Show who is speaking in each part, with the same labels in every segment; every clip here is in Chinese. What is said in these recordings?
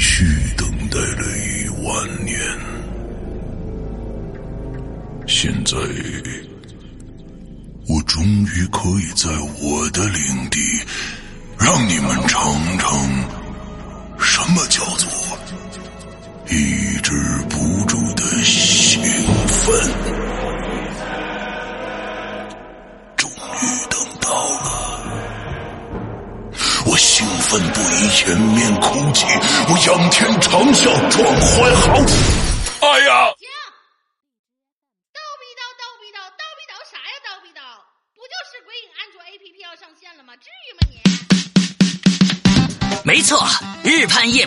Speaker 1: 续等待了一万年，现在我终于可以在我的领地让你们尝尝什么叫做抑制不住的兴奋。终于等到了。我兴奋不已，掩面哭泣，我仰天长啸，壮怀豪情。哎呀！
Speaker 2: 停！叨啊逼叨叨逼叨叨逼叨啥呀？叨逼叨，不就是鬼影安卓 APP 要上线了吗？至于吗你？
Speaker 3: 没错，日盼夜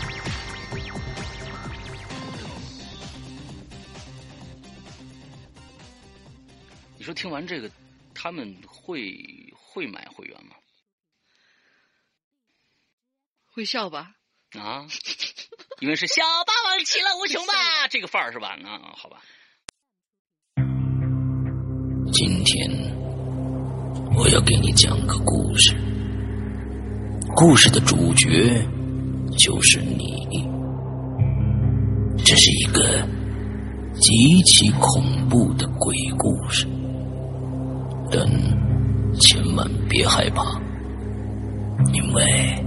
Speaker 4: 你说听完这个，他们会会买会员吗？
Speaker 5: 会笑吧？
Speaker 4: 啊，因为是小霸王其乐无穷吧，这个范儿是吧？那好吧。
Speaker 6: 今天我要给你讲个故事，故事的主角就是你。这是一个极其恐怖的鬼故事，但千万别害怕，因为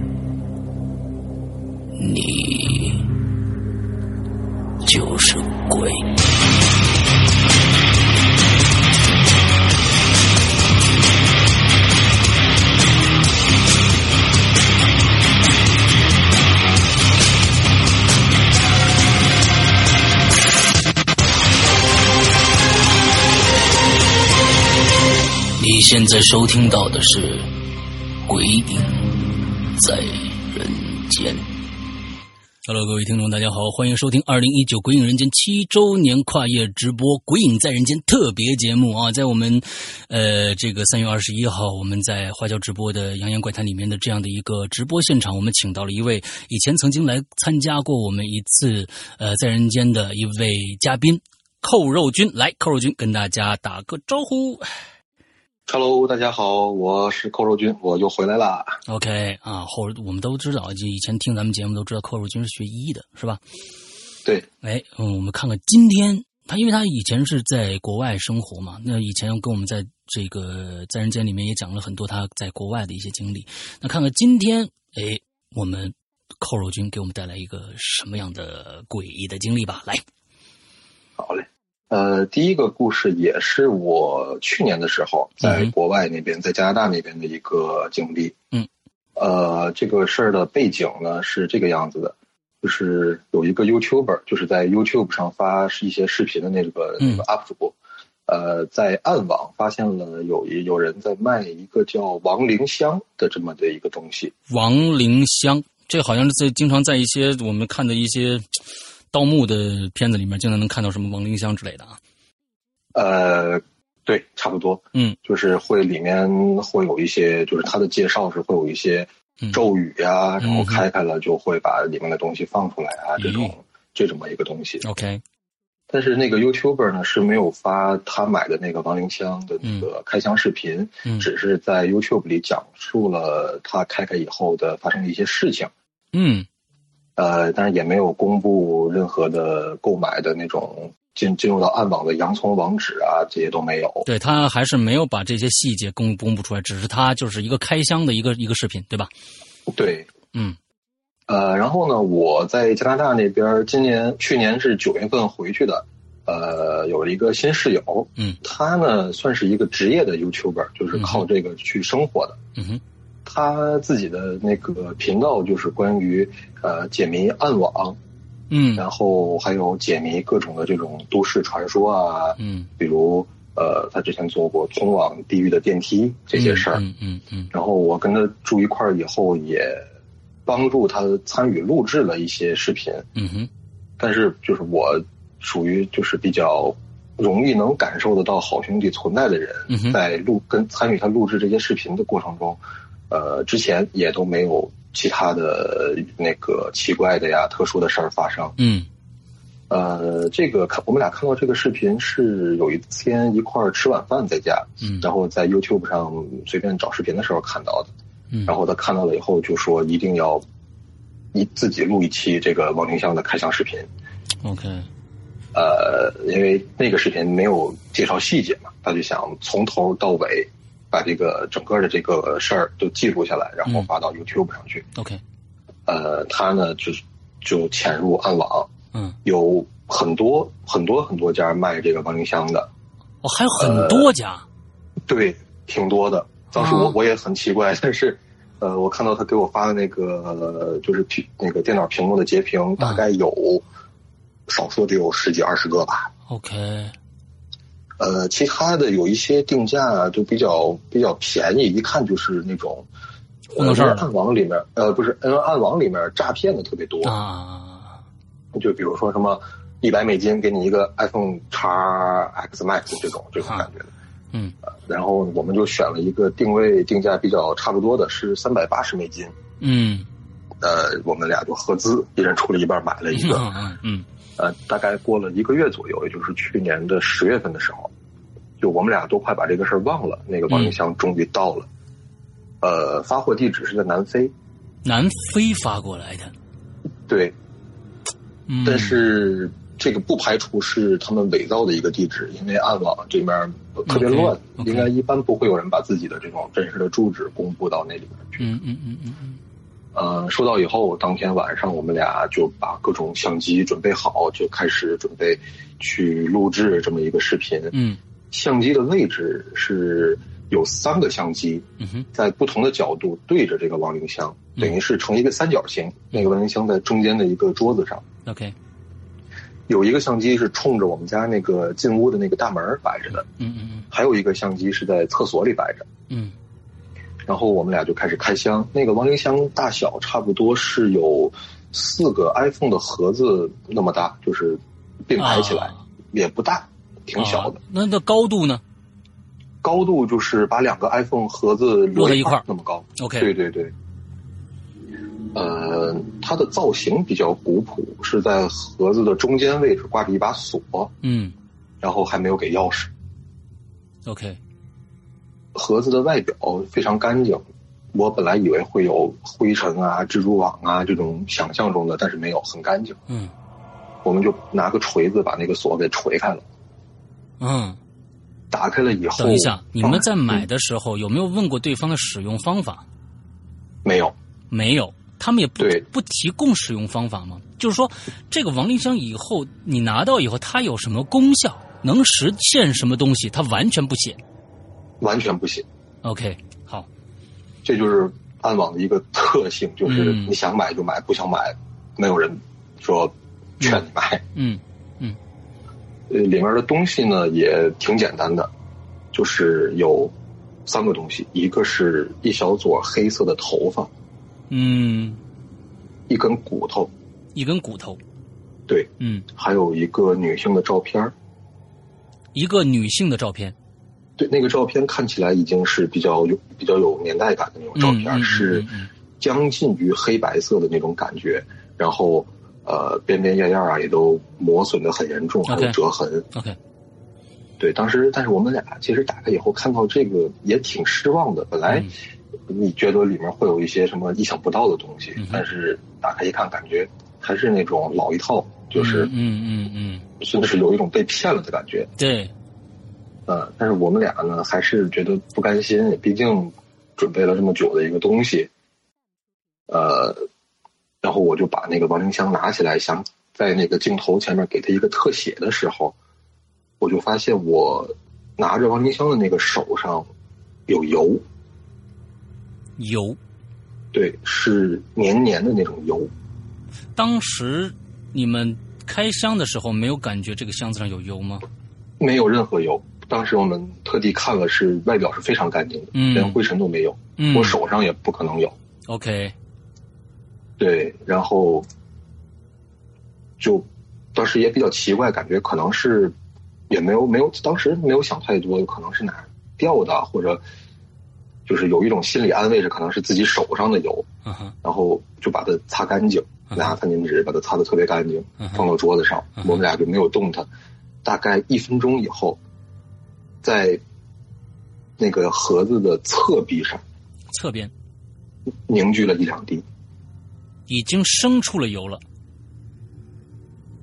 Speaker 6: 你就是鬼。你现在收听到的是《鬼影在人间》。Hello，各位听众，大家好，欢迎收听二零一九《鬼影人间》七周年跨业直播《鬼影在人间》特别节目啊，在我们呃这个三月二十一号，我们在花椒直播的《扬言怪谈》里面的这样的一个直播现场，我们请到了一位以前曾经来参加过我们一次呃在人间的一位嘉宾寇肉君，来，寇肉君跟大家打个招呼。
Speaker 7: Hello，大家好，我是寇肉君，我又回来啦。
Speaker 6: OK 啊，后我们都知道，就以前听咱们节目都知道，寇若军是学医的，是吧？
Speaker 7: 对，
Speaker 6: 哎，嗯，我们看看今天他，因为他以前是在国外生活嘛，那以前跟我们在这个在人间里面也讲了很多他在国外的一些经历。那看看今天，哎，我们寇若军给我们带来一个什么样的诡异的经历吧？来，
Speaker 7: 好嘞。呃，第一个故事也是我去年的时候
Speaker 6: 嗯
Speaker 7: 在
Speaker 6: 哼
Speaker 7: 国外那边，在加拿大那边的一个经历。
Speaker 6: 嗯，
Speaker 7: 呃，这个事儿的背景呢是这个样子的，就是有一个 YouTuber，就是在 YouTube 上发一些视频的那个
Speaker 6: 嗯
Speaker 7: 那个 UP 主，呃，在暗网发现了有一有人在卖一个叫亡灵香的这么的一个东西。
Speaker 6: 亡灵香，这好像是在经常在一些我们看的一些盗墓的片子里面，经常能看到什么亡灵香之类的啊。
Speaker 7: 呃，对，差不多。
Speaker 6: 嗯，
Speaker 7: 就是会里面会有一些，就是它的介绍是会有一些
Speaker 6: 嗯
Speaker 7: 咒语呀、
Speaker 6: 嗯
Speaker 7: 然后开开了就会把里面的东西放出来啊，
Speaker 6: 咦哦
Speaker 7: 这种这这么一个东西。
Speaker 6: OK，
Speaker 7: 但是那个 YouTuber 呢是没有发他买的那个亡灵枪的那个开箱视频，
Speaker 6: 嗯
Speaker 7: 只是在 YouTube 里讲述了他开开以后的发生的一些事情。
Speaker 6: 嗯
Speaker 7: 呃，但是也没有公布任何的购买的那种进进入到暗网的洋葱网址啊，这些都没有。，
Speaker 6: 对他还是没有把这些细节公公布出来，只是他就是一个开箱的一个一个视频，对吧？
Speaker 7: 对，
Speaker 6: 嗯
Speaker 7: 呃，然后呢，我在加拿大那边，今年去年是九月份回去的，呃，有了一个新室友，
Speaker 6: 嗯，
Speaker 7: 他呢算是一个职业的 YouTuber，就是靠这个去生活的。
Speaker 6: 嗯哼
Speaker 7: 他自己的那个频道就是关于呃解谜暗网，
Speaker 6: 嗯
Speaker 7: 然后还有解谜各种的这种都市传说啊，
Speaker 6: 嗯，
Speaker 7: 比如呃他之前做过通往地狱的电梯这些事儿，
Speaker 6: 嗯嗯嗯
Speaker 7: 然后我跟他住一块儿以后，也帮助他参与录制了一些视频。
Speaker 6: 嗯哼，
Speaker 7: 但是就是我属于就是比较容易能感受得到好兄弟存在的人，
Speaker 6: 嗯哼
Speaker 7: 在录跟参与他录制这些视频的过程中，呃，之前也都没有其他的那个奇怪的呀、特殊的事儿发生。
Speaker 6: 嗯
Speaker 7: 呃，这个看我们俩看到这个视频是有一天一块儿吃晚饭在家，
Speaker 6: 嗯
Speaker 7: 然后在 YouTube 上随便找视频的时候看到的。
Speaker 6: 嗯，
Speaker 7: 然后他看到了以后就说一定要一自己录一期这个王庭香的开箱视频，
Speaker 6: OK，
Speaker 7: 呃，因为那个视频没有介绍细节嘛，他就想从头到尾把这个整个的这个事儿都记录下来，然后
Speaker 6: 嗯
Speaker 7: 发到 YouTube 上去。
Speaker 6: OK，
Speaker 7: 呃，他呢就是就潜入暗网，
Speaker 6: 嗯，
Speaker 7: 有很多很多很多家卖这个王庭香的，
Speaker 6: 哦，还有很多家，
Speaker 7: 对，挺多的。当时我
Speaker 6: 哦
Speaker 7: 我也很奇怪， 但是，呃，我看到他给我发的那个就是屏那个电脑屏幕的截屏，大概有、少说得有十几二十个吧。
Speaker 6: OK，
Speaker 7: 呃，其他的有一些定价就比较比较便宜，一看就是那种
Speaker 6: 糊弄事儿
Speaker 7: 呃暗网里面呃不是，嗯，暗网里面诈骗的特别多，
Speaker 6: 啊，
Speaker 7: 就比如说什么一百美金给你一个 iPhone X X Max 这种这种感觉的。
Speaker 6: 嗯
Speaker 7: 然后我们就选了一个定位定价比较差不多的，是三百八十美金。
Speaker 6: 嗯
Speaker 7: 呃，我们俩就合资，一人出了一半买了一个。
Speaker 6: 嗯嗯
Speaker 7: 呃，大概过了一个月左右，也就是去年的十月份的时候，就我们俩都快把这个事儿忘了。
Speaker 6: 嗯
Speaker 7: 那个王一箱终于到了，呃，发货地址是在南非，
Speaker 6: 南非发过来的，
Speaker 7: 对，
Speaker 6: 嗯，
Speaker 7: 但是这个不排除是他们伪造的一个地址，因为暗网这面特别乱
Speaker 6: OK，OK
Speaker 7: 应该一般不会有人把自己的这种真实的住址公布到那里面去。
Speaker 6: 嗯嗯嗯嗯嗯
Speaker 7: 呃，收到以后，当天晚上我们俩就把各种相机准备好，就开始准备去录制这么一个视频。
Speaker 6: 嗯
Speaker 7: 相机的位置是有三个相机
Speaker 6: 嗯哼
Speaker 7: 在不同的角度对着这个亡灵箱，
Speaker 6: 嗯
Speaker 7: 等于是成一个三角形。那个亡灵箱在中间的一个桌子上，
Speaker 6: ，OK，
Speaker 7: 有一个相机是冲着我们家那个进屋的那个大门儿摆着的，
Speaker 6: 嗯嗯
Speaker 7: 还有一个相机是在厕所里摆着。
Speaker 6: 嗯
Speaker 7: 然后我们俩就开始开箱。那个亡灵箱大小差不多是有四个 iPhone 的盒子那么大，就是并排起来，
Speaker 6: 啊
Speaker 7: 也不大，挺
Speaker 6: 嗯，
Speaker 7: 小的。
Speaker 6: 啊那那高度呢
Speaker 7: 高度就是把两个 iPhone 盒子
Speaker 6: 摞在一
Speaker 7: 一
Speaker 6: 块儿
Speaker 7: 儿那么高。
Speaker 6: ？OK，
Speaker 7: 对对对。呃，它的造型比较古朴，是在盒子的中间位置挂着一把锁，
Speaker 6: 嗯
Speaker 7: 然后还没有给钥匙。
Speaker 6: ，OK，
Speaker 7: 盒子的外表非常干净，我本来以为会有灰尘啊、蜘蛛网啊这种想象中的，但是没有，很干净。
Speaker 6: 嗯
Speaker 7: 我们就拿个锤子把那个锁给锤开了，
Speaker 6: 嗯，
Speaker 7: 打开了以后，
Speaker 6: 等一下，你们在
Speaker 7: 放
Speaker 6: 买
Speaker 7: 嗯
Speaker 6: 的时候有没有问过对方的使用方法？
Speaker 7: 没有？
Speaker 6: 没有，他们也不
Speaker 7: 对
Speaker 6: 不提供使用方法吗？就是说，这个亡灵箱以后你拿到以后，它有什么功效，能实现什么东西，它完全不写。
Speaker 7: 完全不行。
Speaker 6: OK，好，
Speaker 7: 这就是暗网的一个特性，就是
Speaker 6: 嗯
Speaker 7: 你想买就买，不想买，没有人说劝你买。
Speaker 6: 嗯
Speaker 7: 呃，里面的东西呢也挺简单的，就是有三个东西，一个是一小撮黑色的头发，
Speaker 6: 嗯，
Speaker 7: 一根骨头，
Speaker 6: 一根骨头，
Speaker 7: 对，
Speaker 6: 嗯，
Speaker 7: 还有一个女性的照片儿。
Speaker 6: 一个女性的照片，
Speaker 7: 对，那个照片看起来已经是比较有比较有年代感的那种照片儿，
Speaker 6: 嗯嗯嗯
Speaker 7: 是
Speaker 6: 嗯嗯
Speaker 7: 将近于黑白色的那种感觉，然后呃边边沿沿啊也都磨损的很严重，还
Speaker 6: OK
Speaker 7: 有折痕。
Speaker 6: OK，
Speaker 7: 对，当时但是我们俩其实打开以后看到这个也挺失望的，本
Speaker 6: 嗯
Speaker 7: 来你觉得里面会有一些什么意想不到的东西，
Speaker 6: 嗯哼
Speaker 7: 但是打开一看，感觉还是那种老一套，就是
Speaker 6: 嗯嗯嗯嗯，
Speaker 7: 真的是有一种被骗了的感觉。
Speaker 6: 对，
Speaker 7: 呃，但是我们俩呢，还是觉得不甘心，毕竟准备了这么久的一个东西，呃，然后我就把那个亡灵箱拿起来，想在那个镜头前面给他一个特写的时候，我就发现我拿着亡灵箱的那个手上有油，
Speaker 6: 油。
Speaker 7: 对，是黏黏的那种油。
Speaker 6: 当时你们开箱的时候，没有感觉这个箱子上有油吗？
Speaker 7: 没有任何油。当时我们特地看了，是外表是非常干净的，
Speaker 6: 嗯
Speaker 7: 连灰尘都没有。
Speaker 6: 嗯
Speaker 7: 我手上也不可能有。
Speaker 6: OK，
Speaker 7: 对，然后就当时也比较奇怪，感觉可能是也没有没有，当时没有想太多，可能是哪儿掉的，或者就是有一种心理安慰是可能是自己手上的油，
Speaker 6: 嗯哼，
Speaker 7: 然后就把它擦干净，
Speaker 6: 嗯
Speaker 7: 拿餐巾纸把它擦的特别干净
Speaker 6: 嗯，哼
Speaker 7: 放到桌子上
Speaker 6: 嗯，哼
Speaker 7: 我们俩就没有动它。大概一分钟以后，在那个盒子的侧壁上
Speaker 6: 侧边
Speaker 7: 凝聚了一两滴，
Speaker 6: 已经生出了油了。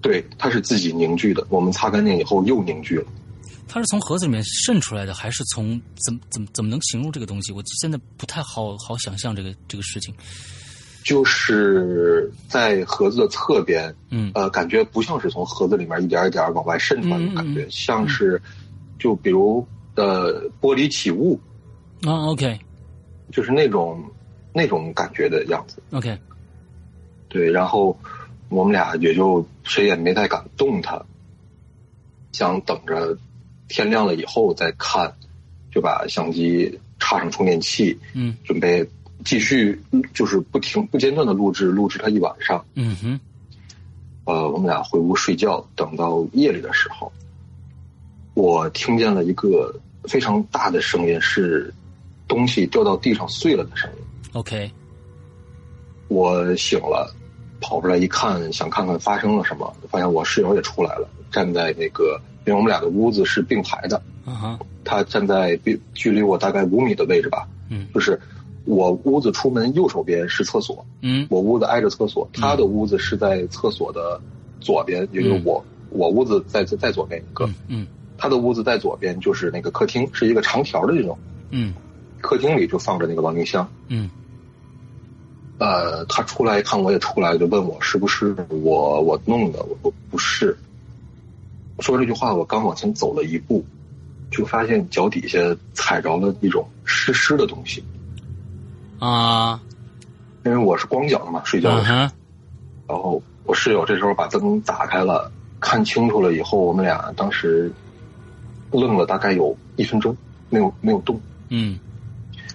Speaker 7: 对，它是自己凝聚的。我们擦干净以后又凝聚了，
Speaker 6: 它是从盒子里面渗出来的，还是从怎么怎么怎么能形容这个东西？我现在不太好好想象这个这个事情。
Speaker 7: 就是在盒子的侧边，
Speaker 6: 嗯
Speaker 7: 呃，感觉不像是从盒子里面一点一点往外渗出来的感觉，
Speaker 6: 嗯嗯嗯
Speaker 7: 像是就比如呃玻璃起雾，
Speaker 6: 啊，OK
Speaker 7: 就是那种那种感觉的样子。
Speaker 6: OK，
Speaker 7: 对，然后我们俩也就谁也没太敢动它，想等着天亮了以后再看，就把相机插上充电器，
Speaker 6: 嗯
Speaker 7: 准备继续就是不停不间断的录制，录制它一晚上。
Speaker 6: 嗯哼，
Speaker 7: 呃，我们俩回屋睡觉，等到夜里的时候，我听见了一个非常大的声音，是东西掉到地上碎了的声音。
Speaker 6: ，OK，
Speaker 7: 我醒了，跑出来一看，想看看发生了什么，发现我室友也出来了，站在那个，因为我们俩的屋子是并排的，
Speaker 6: 啊哈，
Speaker 7: 他站在比距离我大概五米的位置吧，
Speaker 6: 嗯
Speaker 7: 就是我屋子出门右手边是厕所，
Speaker 6: 嗯
Speaker 7: 我屋子挨着厕所，他的屋子是在厕所的左边，也就是我我屋子在在左边一个，
Speaker 6: 嗯嗯
Speaker 7: 他的屋子在左边就是那个客厅，是一个长条的这种，
Speaker 6: 嗯
Speaker 7: 客厅里就放着那个亡灵箱，
Speaker 6: 嗯
Speaker 7: 呃，他出来一看我也出来，就问我是不是我我弄的，我说不是。说这句话，我刚往前走了一步，就发现脚底下踩着了一种湿湿的东西，
Speaker 6: 啊，
Speaker 7: 因为我是光脚的嘛，睡觉的
Speaker 6: 嗯
Speaker 7: 时
Speaker 6: 哼，
Speaker 7: 候。然后我室友这时候把灯打开了，看清楚了以后，我们俩当时愣了大概有一分钟，没有没有动。
Speaker 6: 嗯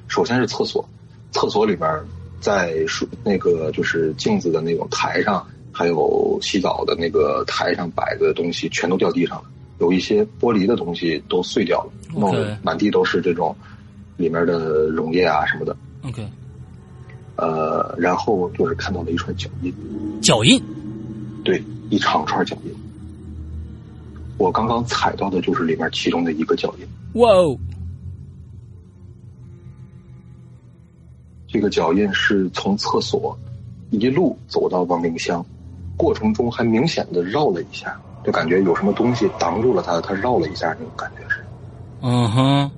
Speaker 7: 首先是厕所，厕所里边儿在水那个就是镜子的那种台上，还有洗澡的那个台上摆的东西全都掉地上了，有一些玻璃的东西都碎掉了，弄
Speaker 6: OK
Speaker 7: 得满地都是这种里面的溶液啊什么的。
Speaker 6: ，OK，
Speaker 7: 呃，然后就是看到了一串脚印，
Speaker 6: 脚印，
Speaker 7: 对，一长串脚印。我刚刚踩到的就是里面其中的一个脚印，
Speaker 6: 哇哦，
Speaker 7: 这个脚印是从厕所一路走到亡灵箱，过程中还明显的绕了一下，就感觉有什么东西挡住了它，它绕了一下那种感觉是。
Speaker 6: 嗯哼，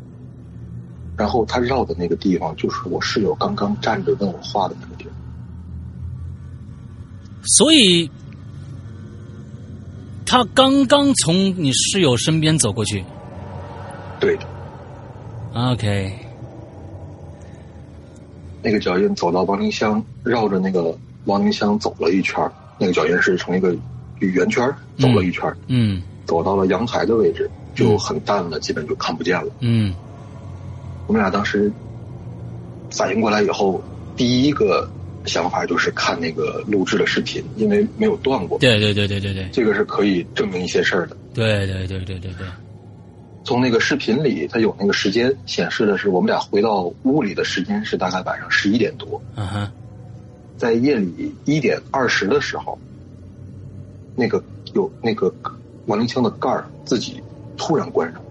Speaker 7: 然后它绕的那个地方，就是我室友刚刚站着问我话的那个地方。
Speaker 6: 所以他刚刚从你室友身边走过去啊
Speaker 7: 对的，
Speaker 6: ，OK，
Speaker 7: 那个脚印走到亡灵箱，绕着那个亡灵箱走了一圈儿，那个脚印是从一个圆圈儿走了一圈儿，
Speaker 6: 嗯
Speaker 7: 走到了阳台的位置，就很淡了，基本就看不见了。
Speaker 6: 嗯
Speaker 7: 我们俩当时反应过来以后，第一个想法就是看那个录制的视频，因为没有断过，
Speaker 6: 对对对对对对
Speaker 7: 这个是可以证明一些事儿的。
Speaker 6: 对对对对对对，
Speaker 7: 从那个视频里，它有那个时间显示的是我们俩回到屋里的时间是大概晚上十一点多，
Speaker 6: 嗯哼，
Speaker 7: 在夜里一点二十的时候，那个有那个亡灵枪的盖儿自己突然关上，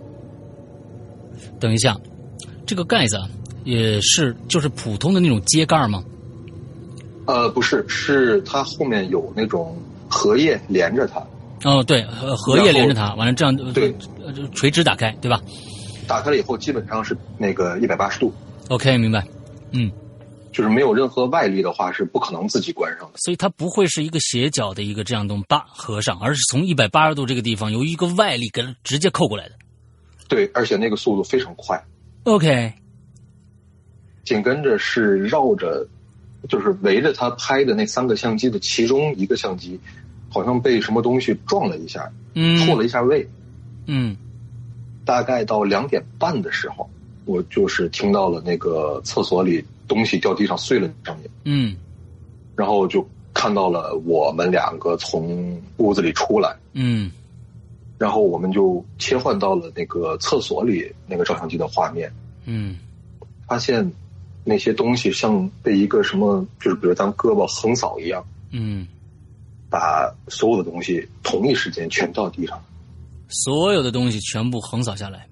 Speaker 6: 等一下，这个盖子啊，也是就是普通的那种揭盖吗？
Speaker 7: 呃，不是，是它后面有那种荷叶连着它，
Speaker 6: 哦，对，荷荷叶连着它，完了这样呃
Speaker 7: 对
Speaker 6: 呃就垂直打开，对吧
Speaker 7: 打开了以后基本上是那个一百八十度，
Speaker 6: ？OK，明白。嗯，
Speaker 7: 就是没有任何外力的话是不可能自己关上的。
Speaker 6: 所以它不会是一个斜角的一个这样东八合上，而是从一百八十度这个地方由一个外力给它直接扣过来的。
Speaker 7: 对，而且那个速度非常快。
Speaker 6: OK，
Speaker 7: 紧跟着是绕着，就是围着他拍的那三个相机的其中一个相机，好像被什么东西撞了一下，
Speaker 6: 嗯，
Speaker 7: 错了一下位。
Speaker 6: 嗯，
Speaker 7: 大概到两点半的时候，我就是听到了那个厕所里东西掉地上碎了的声音，
Speaker 6: 嗯
Speaker 7: 然后就看到了我们两个从屋子里出来，
Speaker 6: 嗯
Speaker 7: 然后我们就切换到了那个厕所里那个照相机的画面，
Speaker 6: 嗯
Speaker 7: 发现那些东西像被一个什么，就是比如咱胳膊横扫一样，
Speaker 6: 嗯，
Speaker 7: 把所有的东西同一时间全掉地上。
Speaker 6: 所有的东西全部横扫下来。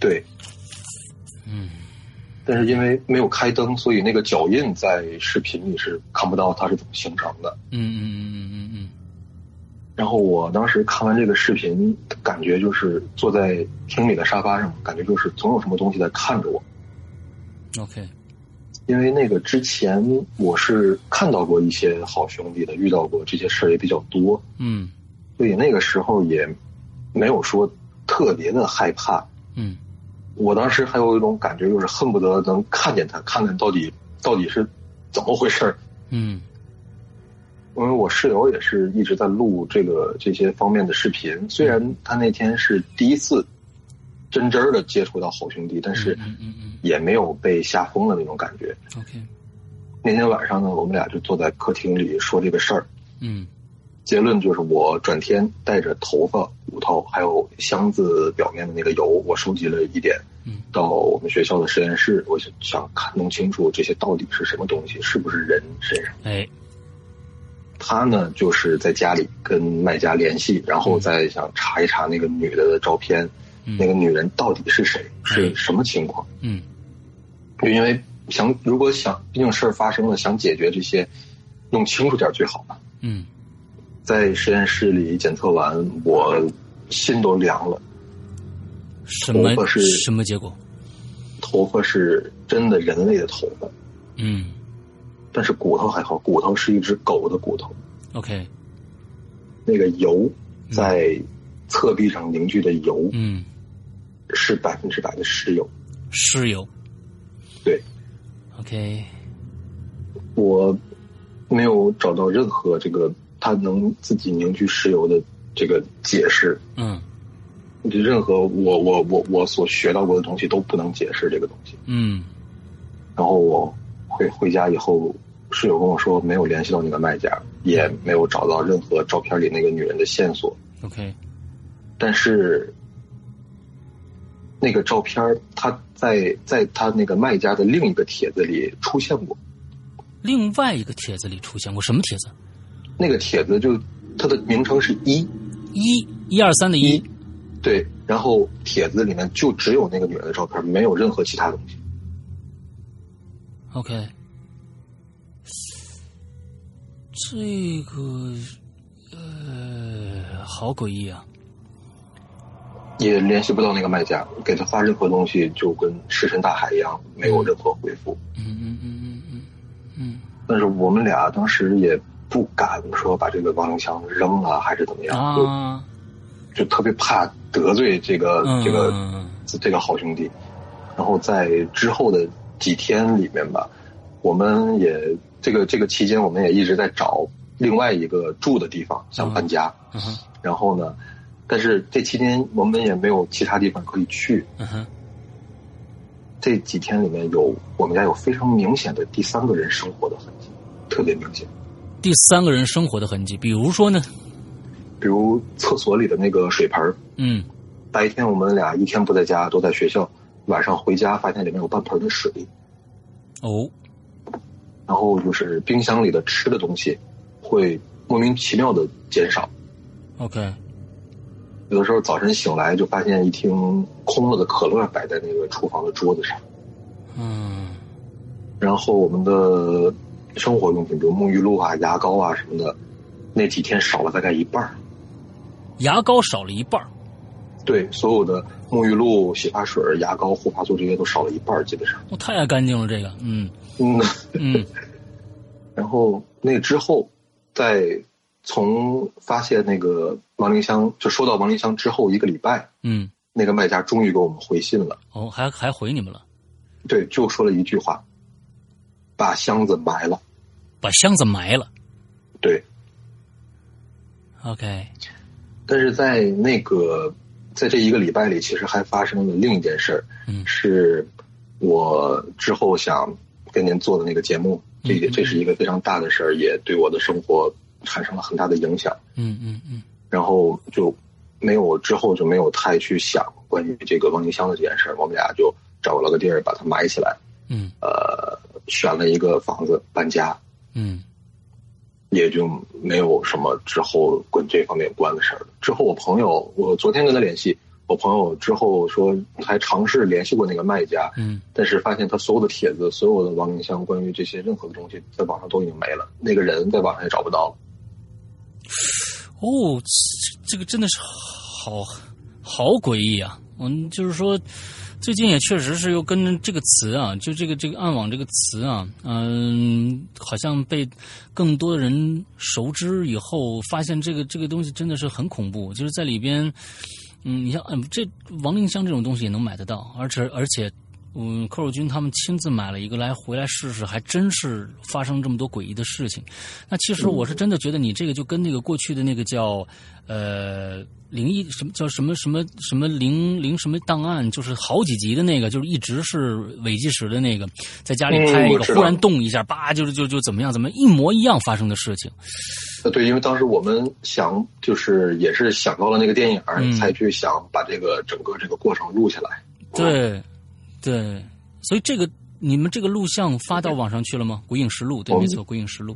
Speaker 7: 对，
Speaker 6: 嗯
Speaker 7: 但是因为没有开灯，所以那个脚印在视频里是看不到它是怎么形成的。
Speaker 6: 嗯嗯嗯嗯
Speaker 7: 然后我当时看完这个视频，感觉就是坐在厅里的沙发上，感觉就是总有什么东西在看着我。
Speaker 6: 嗯，OK，
Speaker 7: 因为那个之前我是看到过一些好兄弟的，遇到过这些事儿也比较多，
Speaker 6: 嗯
Speaker 7: 所以那个时候也没有说特别的害怕。
Speaker 6: 嗯
Speaker 7: 我当时还有一种感觉，就是恨不得能看见他，看看到底到底是怎么回事儿。
Speaker 6: 嗯
Speaker 7: 因为我室友也是一直在录这个这些方面的视频，虽然他那天是第一次真真的接触到好兄弟，但是
Speaker 6: 嗯嗯嗯
Speaker 7: 也没有被吓疯的那种感觉。
Speaker 6: ，OK，
Speaker 7: 那天晚上呢，我们俩就坐在客厅里说这个事儿，
Speaker 6: 嗯
Speaker 7: 结论就是我转天带着头发、骨头还有箱子表面的那个油，我收集了一点
Speaker 6: 嗯，
Speaker 7: 到我们学校的实验室，我想看弄清楚这些到底是什么东西，是不是人身上。
Speaker 6: 哎，
Speaker 7: 他呢，就是在家里跟卖家联系，然后再想查一查那个女的的照片，
Speaker 6: 嗯
Speaker 7: 那个女人到底是谁，是
Speaker 6: 嗯
Speaker 7: 什么情况？
Speaker 6: 嗯
Speaker 7: 就因为想，如果想，毕竟事儿发生了，想解决这些，弄清楚点儿最好吧。
Speaker 6: 嗯
Speaker 7: 在实验室里检测完，我心都凉了，
Speaker 6: 什么
Speaker 7: 头发是
Speaker 6: 什么结果？
Speaker 7: 头发是真的人类的头发，
Speaker 6: 嗯
Speaker 7: 但是骨头还好，骨头是一只狗的骨头，
Speaker 6: ，OK，
Speaker 7: 那个油在侧壁上凝聚的油
Speaker 6: 嗯，
Speaker 7: 是百分之百的石油。
Speaker 6: 室友
Speaker 7: 对，
Speaker 6: ，OK，
Speaker 7: 我没有找到任何这个它能自己凝聚石油的这个解释，
Speaker 6: 嗯
Speaker 7: 任何我我我我所学到过的东西都不能解释这个东西。
Speaker 6: 嗯
Speaker 7: 然后我回回家以后，室友跟我说没有联系到那个卖家，也没有找到任何照片里那个女人的线索，
Speaker 6: ，OK，
Speaker 7: 但是。那个照片儿，他在在他那个卖家的另一个帖子里出现过。
Speaker 6: 另外一个帖子里出现过什么帖子？
Speaker 7: 那个帖子就它的名称是一，
Speaker 6: 一一二三的一
Speaker 7: 一对，然后帖子里面就只有那个女人的照片，没有任何其他东西。
Speaker 6: ，OK，这个呃，好诡异啊，
Speaker 7: 也联系不到那个卖家，给他发任何东西就跟石沉大海一样，没有任何回复。
Speaker 6: 嗯嗯嗯嗯嗯
Speaker 7: 但是我们俩当时也不敢说把这个望灵箱扔了，还是怎么
Speaker 6: 嗯
Speaker 7: 样，
Speaker 6: 啊，
Speaker 7: 就就特别怕得罪这个、
Speaker 6: 嗯
Speaker 7: 这个
Speaker 6: 嗯
Speaker 7: 这个好兄弟。然后在之后的几天里面吧，我们也这个这个期间，我们也一直在找另外一个住的地方，想搬家。
Speaker 6: 嗯哼
Speaker 7: 然后呢，但是这期间我们也没有其他地方可以去。
Speaker 6: 嗯哼，
Speaker 7: 这几天里面有我们家有非常明显的第三个人生活的痕迹，特别明显。
Speaker 6: 第三个人生活的痕迹，比如说呢，
Speaker 7: 比如厕所里的那个水盆儿，
Speaker 6: 嗯
Speaker 7: 白天我们俩一天不在家，都在学校，晚上回家发现里面有半盆的水，
Speaker 6: 哦，
Speaker 7: 然后就是冰箱里的吃的东西会莫名其妙的减少。
Speaker 6: OK，
Speaker 7: 有的时候早晨醒来就发现一听空了的可乐摆在那个厨房的桌子上。
Speaker 6: 嗯
Speaker 7: 然后我们的生活用品，比如沐浴露啊、牙膏啊什么的，那几天少了大概一半儿。
Speaker 6: 牙膏少了一半儿
Speaker 7: 对，所有的沐浴露、洗发水、牙膏、护发素这些都少了一半儿，基本上。
Speaker 6: 我、太干净了，这个，嗯
Speaker 7: 嗯，
Speaker 6: 嗯
Speaker 7: 然后那之后，在从发现那个亡灵箱，就收到亡灵箱之后一个礼拜，
Speaker 6: 嗯，
Speaker 7: 那个卖家终于给我们回信了。
Speaker 6: 哦，还还回你们了，
Speaker 7: 对，就说了一句话：把箱子埋了。
Speaker 6: 把箱子埋了。
Speaker 7: 对，
Speaker 6: OK，
Speaker 7: 但是在那个在这一个礼拜里，其实还发生了另一件事儿，
Speaker 6: 嗯
Speaker 7: 是我之后想跟您做的那个节目，这个这是一个非常大的事儿，也对我的生活产生了很大的影响。
Speaker 6: 嗯嗯嗯
Speaker 7: 然后就没有之后就没有太去想关于这个望京箱的这件事儿，我们俩就找了个地儿把它埋起来，
Speaker 6: 嗯
Speaker 7: 呃，选了一个房子搬家，
Speaker 6: 嗯
Speaker 7: 也就没有什么之后跟这方面有关的事儿了。之后我朋友，我昨天跟他联系，我朋友之后说还尝试联系过那个卖家，
Speaker 6: 嗯
Speaker 7: 但是发现他所有的帖子、所有的王林香关于这些任何的东西，在网上都已经没了，那个人在网上也找不到了。
Speaker 6: 哦，这这个真的是好好诡异啊！嗯，就是说，最近也确实是又跟这个词啊，就这个这个“暗网”这个词啊，嗯，好像被更多的人熟知以后，发现这个这个东西真的是很恐怖，就是在里边，嗯，你像嗯，这王令香这种东西也能买得到，而且而且。嗯，寇若军他们亲自买了一个来回来试试，还真是发生这么多诡异的事情。那其
Speaker 7: 嗯
Speaker 6: 实我是真的觉得你这个就跟那个过去的那个叫呃灵异什么叫什么什么什么灵灵什么档案，就是好几集的那个，就是一直是伪纪实的那个，在家里拍一
Speaker 7: 嗯我
Speaker 6: 个，
Speaker 7: 知道
Speaker 6: 忽然动一下，叭，就是就就怎么样怎么样，一模一样发生的事情。
Speaker 7: 呃，对，因为当时我们想，就是也是想到了那个电影儿，
Speaker 6: 嗯
Speaker 7: 才去想把这个整个这个过程录下来。
Speaker 6: 对，对，所以这个你们这个录像发到网上去了吗？《鬼影实录》对，
Speaker 7: 我
Speaker 6: 没
Speaker 7: 们
Speaker 6: 错，《鬼影实录》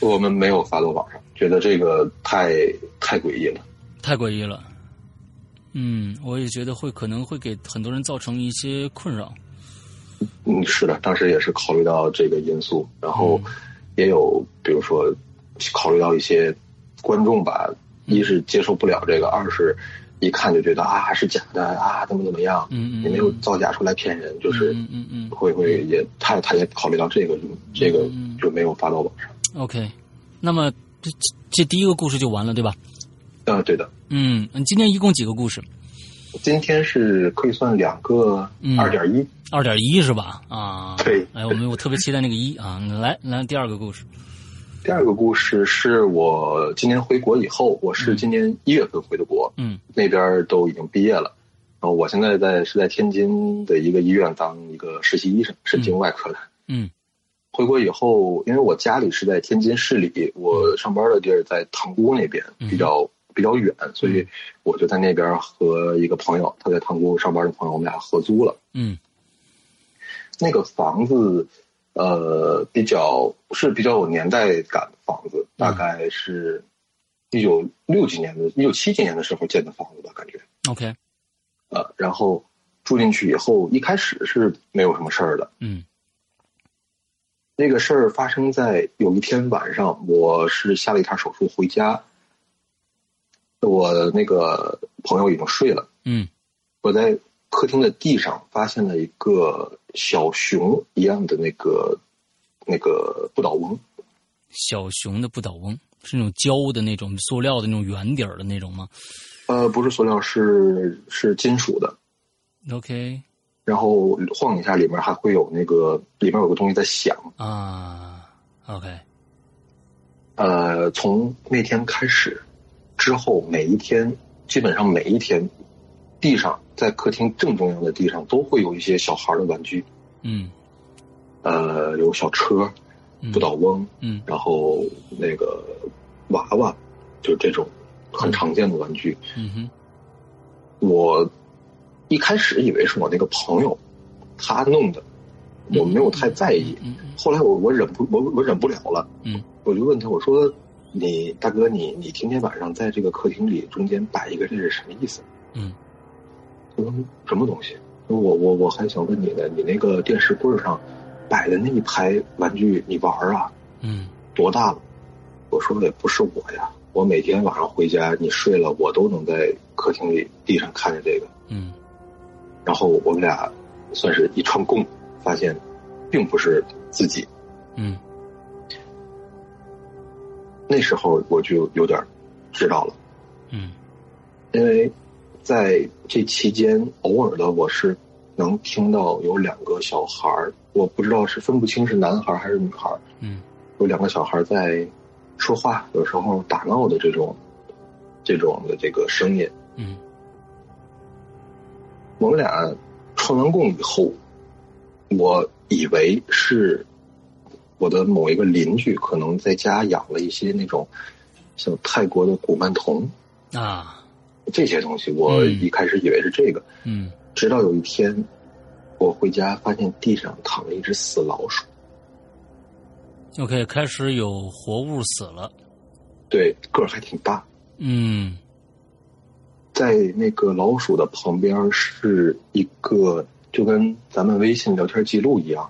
Speaker 7: 我们没有发到网上，觉得这个太太诡异了。
Speaker 6: 太诡异了。嗯，我也觉得会可能会给很多人造成一些困扰。
Speaker 7: 嗯，是的，当时也是考虑到这个因素，然后
Speaker 6: 嗯
Speaker 7: 也有比如说考虑到一些观众吧，一
Speaker 6: 嗯
Speaker 7: 是接受不了这个，二是一看就觉得啊是假的啊怎么怎么样，
Speaker 6: 嗯嗯
Speaker 7: 也没有造假出来骗人，就是
Speaker 6: 嗯嗯嗯
Speaker 7: 会会也他他也考虑到这个这个
Speaker 6: 嗯
Speaker 7: 就没有发到网上。
Speaker 6: 嗯，OK。那么这这这第一个故事就完了，对吧？
Speaker 7: 嗯，对的，
Speaker 6: 嗯，嗯今天一共几个故事？
Speaker 7: 今天是可以算两个
Speaker 6: 嗯
Speaker 7: 二点一，
Speaker 6: 二点一是吧？啊，
Speaker 7: 对
Speaker 6: 哎，我们我特别期待那个一啊！来来，第二个故事。
Speaker 7: 第二个故事是我今年回国以后，我是今年一月份回的国，
Speaker 6: 嗯
Speaker 7: 那边都已经毕业了，然后我现在在是在天津的一个医院当一个实习医生，神经外科的。
Speaker 6: 嗯
Speaker 7: 回国以后，因为我家里是在天津市里，我上班的地儿在塘沽那边，
Speaker 6: 嗯
Speaker 7: 比较比较远，所以我就在那边和一个朋友，他在塘沽上班的朋友，我们俩合租了。
Speaker 6: 嗯
Speaker 7: 那个房子，呃，比较是比较有年代感的房子，大概是一九六几年的、一九七几年的时候建的房子吧，感觉。
Speaker 6: ，OK，
Speaker 7: 呃，然后住进去以后，一开始是没有什么事儿的。
Speaker 6: 嗯
Speaker 7: 那个事儿发生在有一天晚上，我是下了一场手术回家，我那个朋友已经睡了，
Speaker 6: 嗯
Speaker 7: 我在客厅的地上发现了一个小熊一样的那个那个不倒翁，
Speaker 6: 小熊的不倒翁是那种胶的那种塑料的那种圆底儿的那种吗
Speaker 7: 呃，不是塑料，是是金属的，
Speaker 6: ？OK
Speaker 7: 然后晃一下，里面还会有那个里面有个东西在响，
Speaker 6: 啊，OK，
Speaker 7: 呃，从那天开始之后，每一天基本上每一天，地上在客厅正中央的地上都会有一些小孩的玩具，
Speaker 6: 嗯
Speaker 7: 呃，有小车、
Speaker 6: 嗯
Speaker 7: 不倒翁，
Speaker 6: 嗯
Speaker 7: 然后那个娃娃，就是这种很常见的玩具。
Speaker 6: 嗯哼
Speaker 7: 我一开始以为是我那个朋友他弄的，我没有太在意。
Speaker 6: 嗯嗯
Speaker 7: 后来我我忍不我我忍不了了，
Speaker 6: 嗯，
Speaker 7: 我就问他我说你大哥你你天天晚上在这个客厅里中间摆一个这是什么意思？
Speaker 6: 嗯，
Speaker 7: 他说什么东西？我我我还想问你呢，你那个电视柜上摆的那一排玩具你玩儿啊？
Speaker 6: 嗯
Speaker 7: 多大了？我说也不是我呀，我每天晚上回家你睡了，我都能在客厅里地上看见这个。
Speaker 6: 嗯
Speaker 7: 然后我们俩算是一串供，发现并不是自己
Speaker 6: 嗯
Speaker 7: 那时候我就有点知道了，
Speaker 6: 嗯
Speaker 7: 因为在这期间，偶尔的我是能听到有两个小孩儿我不知道是分不清是男孩还是女孩，
Speaker 6: 嗯，
Speaker 7: 有两个小孩在说话，有时候打闹的这种这种的这个声音。
Speaker 6: 嗯
Speaker 7: 我们俩串完供以后，我以为是我的某一个邻居可能在家养了一些那种像泰国的古曼童
Speaker 6: 啊，
Speaker 7: 这些东西，我
Speaker 6: 嗯
Speaker 7: 一开始以为是这个，
Speaker 6: 嗯
Speaker 7: 直到有一天我回家发现地上躺了一只死老鼠，
Speaker 6: ，OK，开始有活物死了，
Speaker 7: 对，个儿还挺大，
Speaker 6: 嗯
Speaker 7: 在那个老鼠的旁边是一个，就跟咱们微信聊天记录一样，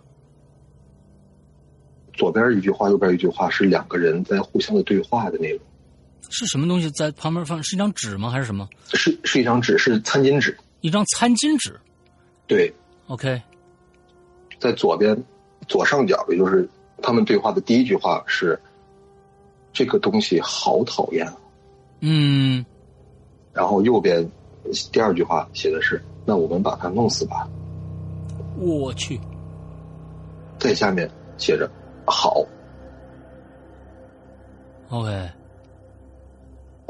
Speaker 7: 左边一句话，右边一句话是两个人在互相的对话的内容，
Speaker 6: 是什么东西在旁边放？是一张纸吗？还是什么？
Speaker 7: 是是一张纸，是餐巾纸。
Speaker 6: 一张餐巾纸
Speaker 7: 对，
Speaker 6: ，OK，
Speaker 7: 在左边左上角，也就是他们对话的第一句话是：“这个东西好讨厌。啊
Speaker 6: 嗯”
Speaker 7: 然后右边第二句话写的是：“那我们把它弄死吧。
Speaker 6: 我去，”
Speaker 7: 在下面写着“好
Speaker 6: OK，”，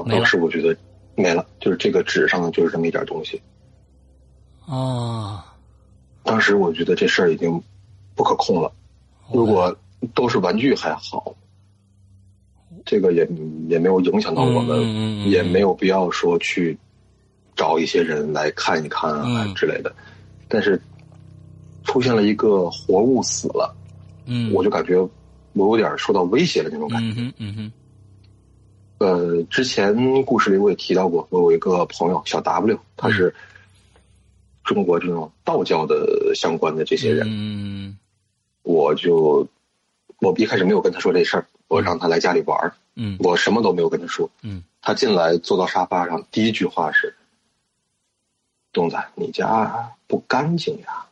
Speaker 6: 没了
Speaker 7: 当时我觉得没了，就是这个纸上的就是这么一点东西。
Speaker 6: 啊，
Speaker 7: 当时我觉得这事儿已经不可控了。如果都是玩具还好，这个也也没有影响到我们，
Speaker 6: 嗯嗯嗯嗯
Speaker 7: 也没有必要说去找一些人来看一看啊
Speaker 6: 嗯
Speaker 7: 之类的。但是出现了一个活物死了，
Speaker 6: 嗯，
Speaker 7: 我就感觉我有点受到威胁的那种感觉。
Speaker 6: 嗯哼嗯哼
Speaker 7: 呃，之前故事里我也提到过，我有一个朋友小 W，他
Speaker 6: 嗯
Speaker 7: 是中国这种道教的相关的这些人。
Speaker 6: 嗯
Speaker 7: 我就我一开始没有跟他说这事儿，我让他来家里玩儿，
Speaker 6: 嗯
Speaker 7: 我什么都没有跟他说。
Speaker 6: 嗯，
Speaker 7: 他进来坐到沙发上，第一句话是：“东子，你家不干净呀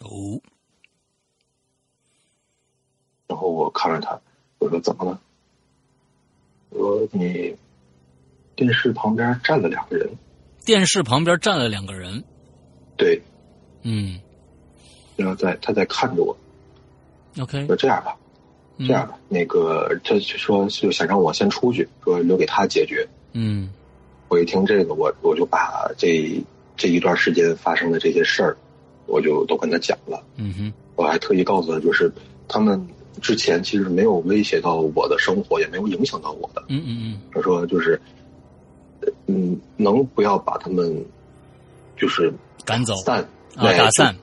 Speaker 6: 哦，？”
Speaker 7: 然后我看着他，我说：“怎么了？”我说：“你电视旁边站了两个人。
Speaker 6: 电视旁边站了两个人，”
Speaker 7: 对，
Speaker 6: 嗯
Speaker 7: 然后在他在看着我，
Speaker 6: ，OK，
Speaker 7: 说：“这样吧，
Speaker 6: 这
Speaker 7: 这样，吧，那个他说就想让我先出去，说留给他解决。”
Speaker 6: 嗯
Speaker 7: 我一听这个，我我就把这这一段时间发生的这些事儿，我就都跟他讲了。
Speaker 6: 嗯哼，
Speaker 7: 我还特意告诉他，就是他们之前其实没有威胁到我的生活，也没有影响到我的。
Speaker 6: 嗯嗯
Speaker 7: 他说就是，呃嗯，能不要把他们就是
Speaker 6: 嗯，赶走
Speaker 7: 散
Speaker 6: 啊，
Speaker 7: 哎
Speaker 6: 打散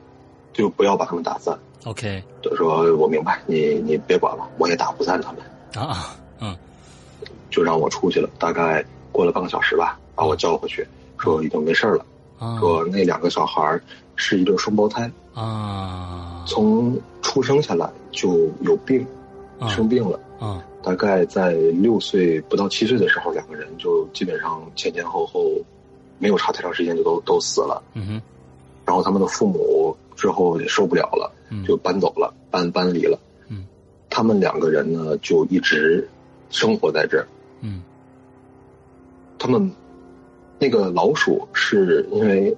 Speaker 7: 就就不要把他们打散。
Speaker 6: ，OK，
Speaker 7: 他说我明白，你你别管了，我也打不散他们，
Speaker 6: 啊啊，嗯
Speaker 7: 就让我出去了。大概过了半个小时吧，把我叫回去，说已经没事儿了。
Speaker 6: 啊
Speaker 7: 说那两个小孩儿是一对双胞胎，
Speaker 6: 嗯啊，
Speaker 7: 从出生下来就有病，
Speaker 6: 啊
Speaker 7: 生病了。
Speaker 6: 啊
Speaker 7: 大概在六岁不到七岁的时候，两个人就基本上前前后后没有差太长时间就都都死了。
Speaker 6: 嗯哼
Speaker 7: 然后他们的父母之后也受不了了，
Speaker 6: 嗯
Speaker 7: 就搬走了，搬搬离了。
Speaker 6: 嗯，
Speaker 7: 他们两个人呢就一直生活在这儿。
Speaker 6: 嗯
Speaker 7: 他们那个老鼠是因为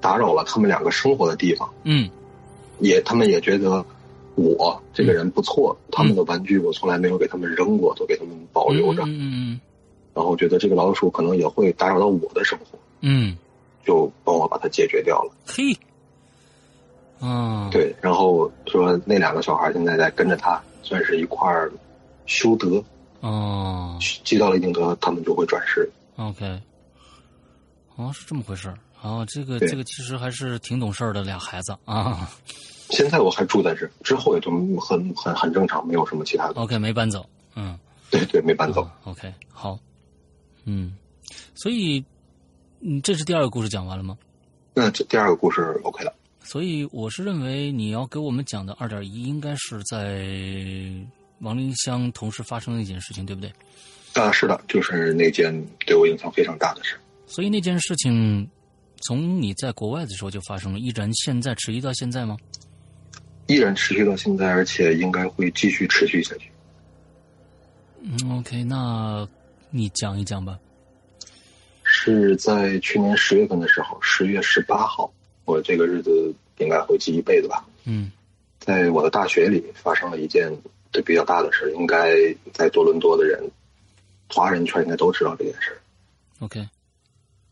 Speaker 7: 打扰了他们两个生活的地方。
Speaker 6: 嗯
Speaker 7: 也他们也觉得我这个人不错，他们的玩具我从来没有给他们扔过，都给他们保留着。
Speaker 6: 嗯嗯
Speaker 7: 然后觉得这个老鼠可能也会打扰到我的生活，
Speaker 6: 嗯，
Speaker 7: 就帮我把它解决掉了。
Speaker 6: 嘿，啊，，
Speaker 7: 对，然后说那两个小孩现在在跟着他，算是一块儿修德，
Speaker 6: 哦
Speaker 7: 积到了一定德，他们就会转世。
Speaker 6: ，OK，哦，是这么回事儿。哦，这个
Speaker 7: 对
Speaker 6: 这个其实还是挺懂事儿的俩孩子啊。
Speaker 7: 现在我还住在这儿，之后也就很很很正常，没有什么其他的。
Speaker 6: OK，没搬走，嗯，
Speaker 7: 对对，没搬走。
Speaker 6: 啊 OK，好，嗯，所以，嗯，这是第二个故事讲完了吗？
Speaker 7: 那这第二个故事 OK 了。
Speaker 6: 所以我是认为你要给我们讲的二点一应该是在王林香同时发生的一件事情，对不对？
Speaker 7: 啊，是的，就是那件对我影响非常大的事。
Speaker 6: 所以那件事情从你在国外的时候就发生了，依然现在迟疑到现在吗？
Speaker 7: 依然持续到现在，而且应该会继续持续下去。
Speaker 6: 嗯，OK，那你讲一讲吧。
Speaker 7: 是在去年十月份的时候，十月十八号，我这个日子应该会记一辈子吧。
Speaker 6: 嗯
Speaker 7: 在我的大学里发生了一件对比较大的事，应该在多伦多的人，华人圈应该都知道这件事。
Speaker 6: ？OK，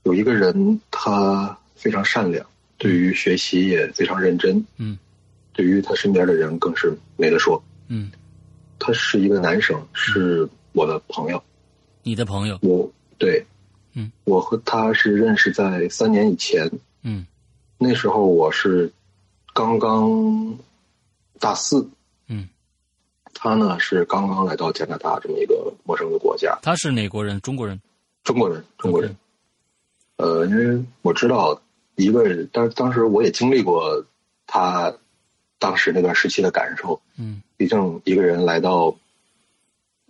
Speaker 7: 有一个人，他非常善良，对于学习也非常认真，
Speaker 6: 嗯
Speaker 7: 对于他身边的人更是没得说。
Speaker 6: 嗯，
Speaker 7: 他是一个男生，是我的朋友，
Speaker 6: 你的朋友，
Speaker 7: 我对，
Speaker 6: 嗯，
Speaker 7: 我和他是认识在三年以前，
Speaker 6: 嗯
Speaker 7: 那时候我是刚刚大四，
Speaker 6: 嗯，
Speaker 7: 他呢是刚刚来到加拿大这么一个陌生的国家，
Speaker 6: 他是哪国人？中国人。
Speaker 7: 中国人，中国人
Speaker 6: OK。
Speaker 7: 呃，因为我知道一个人，但当时我也经历过他当时那段时期的感受。
Speaker 6: 嗯
Speaker 7: 毕竟一个人来到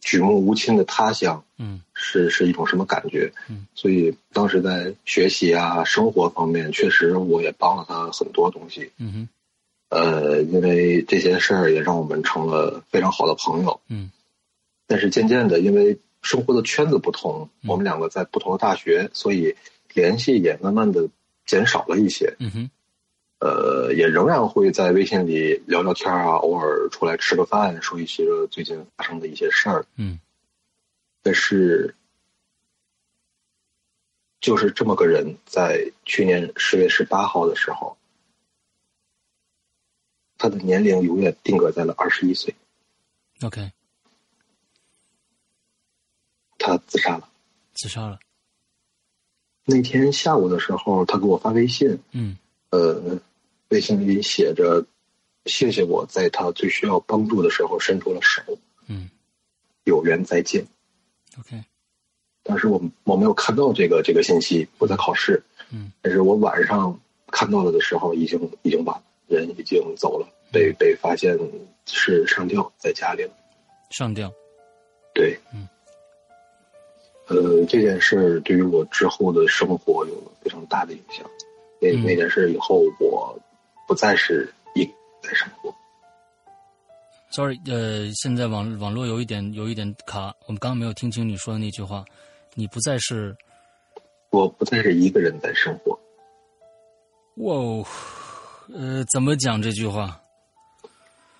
Speaker 7: 举目无亲的他乡，
Speaker 6: 嗯
Speaker 7: 是是一种什么感觉？
Speaker 6: 嗯，
Speaker 7: 所以当时在学习啊、生活方面，确实我也帮了他很多东西。
Speaker 6: 嗯哼
Speaker 7: 呃，因为这些事儿也让我们成了非常好的朋友。
Speaker 6: 嗯，
Speaker 7: 但是渐渐的，因为生活的圈子不同，
Speaker 6: 嗯
Speaker 7: 我们两个在不同的大学，所以联系也慢慢的减少了一些。
Speaker 6: 嗯哼
Speaker 7: 呃，也仍然会在微信里聊聊天啊，偶尔出来吃个饭，说一些最近发生的一些事儿。
Speaker 6: 嗯
Speaker 7: 但是，就是这么个人，在去年十月十八号的时候，他的年龄永远定格在了二十一岁，
Speaker 6: ，OK，
Speaker 7: 他自杀了。
Speaker 6: 自杀了。
Speaker 7: 那天下午的时候，他给我发微信，
Speaker 6: 嗯
Speaker 7: 呃，微信里写着：“谢谢我在他最需要帮助的时候伸出了手，
Speaker 6: 嗯
Speaker 7: 有缘再见。
Speaker 6: ，OK，”
Speaker 7: 当时我我没有看到这个这个信息，我在考试，
Speaker 6: 嗯
Speaker 7: 但是我晚上看到了的时候，已经已经晚了，人已经走了，被
Speaker 6: 嗯
Speaker 7: 被发现是上吊在家里了。
Speaker 6: 上吊。
Speaker 7: 对，
Speaker 6: 嗯，
Speaker 7: 呃，这件事儿对于我之后的生活有非常大的影响。那
Speaker 6: 嗯
Speaker 7: 那件事以后，我不再是一个人在生活。
Speaker 6: Sorry，呃，现在网网络有一点有一点卡，我们刚刚没有听清你说的那句话。你不再是
Speaker 7: 我不再是一个人在生活。
Speaker 6: 哇哦，呃，怎么讲这句话？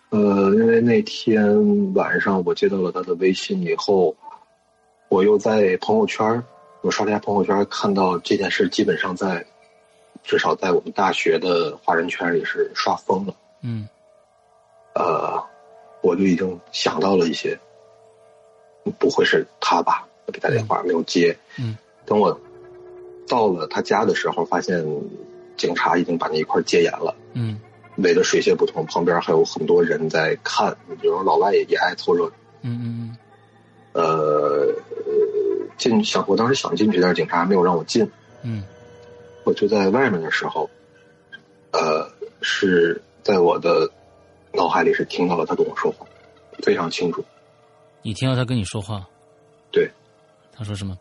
Speaker 7: 呃，因为那天晚上我接到了他的微信以后，我又在朋友圈儿，我刷他朋友圈儿看到这件事，基本上在至少在我们大学的华人圈里是刷疯了。
Speaker 6: 嗯
Speaker 7: 呃，我就已经想到了一些，不会是他吧？我给他电话没有接。
Speaker 6: 嗯，
Speaker 7: 等我到了他家的时候，发现警察已经把那一块儿戒严了。
Speaker 6: 嗯
Speaker 7: 围得水泄不通，旁边还有很多人在看，比如老外也也爱凑热闹。
Speaker 6: 嗯嗯
Speaker 7: 呃，进想我当时想进去，但是警察没有让我进。
Speaker 6: 嗯
Speaker 7: 我就在外面的时候，呃，是在我的脑海里是听到了他跟我说话，非常清楚。
Speaker 6: 嗯，你听到他跟你说话？
Speaker 7: 对，
Speaker 6: 他说什么？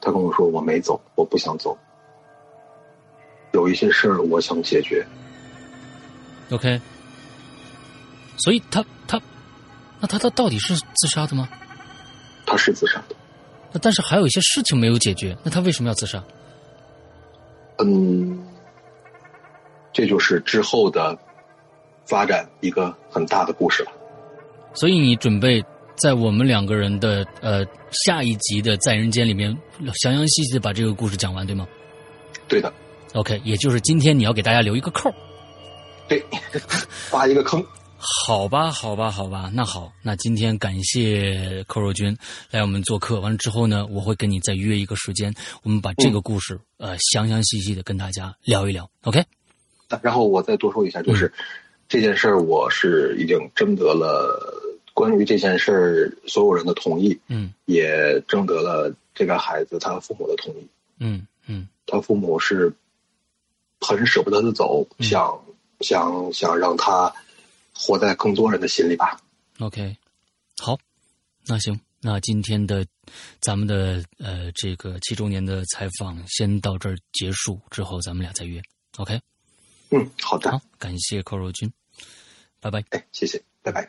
Speaker 7: 他跟我说我没走，我不想走，有一些事儿我想解决。
Speaker 6: OK，所以他他，那他他到底是自杀的吗？
Speaker 7: 他是自杀的，
Speaker 6: 那但是还有一些事情没有解决，那他为什么要自杀？
Speaker 7: 嗯，这就是之后的发展一个很大的故事了。
Speaker 6: 所以你准备在我们两个人的呃下一集的《在人间》里面详详细细的把这个故事讲完，对吗
Speaker 7: 对的，
Speaker 6: ？OK，也就是今天你要给大家留一个扣儿。
Speaker 7: 对， 挖一个坑。
Speaker 6: 好吧，好吧，好吧，那好，那今天感谢寇若君来我们做客，完了之后呢，我会跟你再约一个时间，我们把这个故事、呃详详细细的跟大家聊一聊，OK？
Speaker 7: 然后我再多说一下，就是、这件事儿，我是已经征得了关于这件事儿所有人的同意，
Speaker 6: 嗯
Speaker 7: 也征得了这个孩子他父母的同意。
Speaker 6: 嗯嗯
Speaker 7: 他父母是很舍不得他走，想想想让他活在更多人的心里吧。
Speaker 6: 嗯，OK，好，那行，那今天的咱们的呃这个七周年的采访先到这儿结束，之后咱们俩再约，OK？
Speaker 7: 嗯，好的
Speaker 6: 好，，感谢寇若君，拜拜。
Speaker 7: 哎，谢谢，拜拜。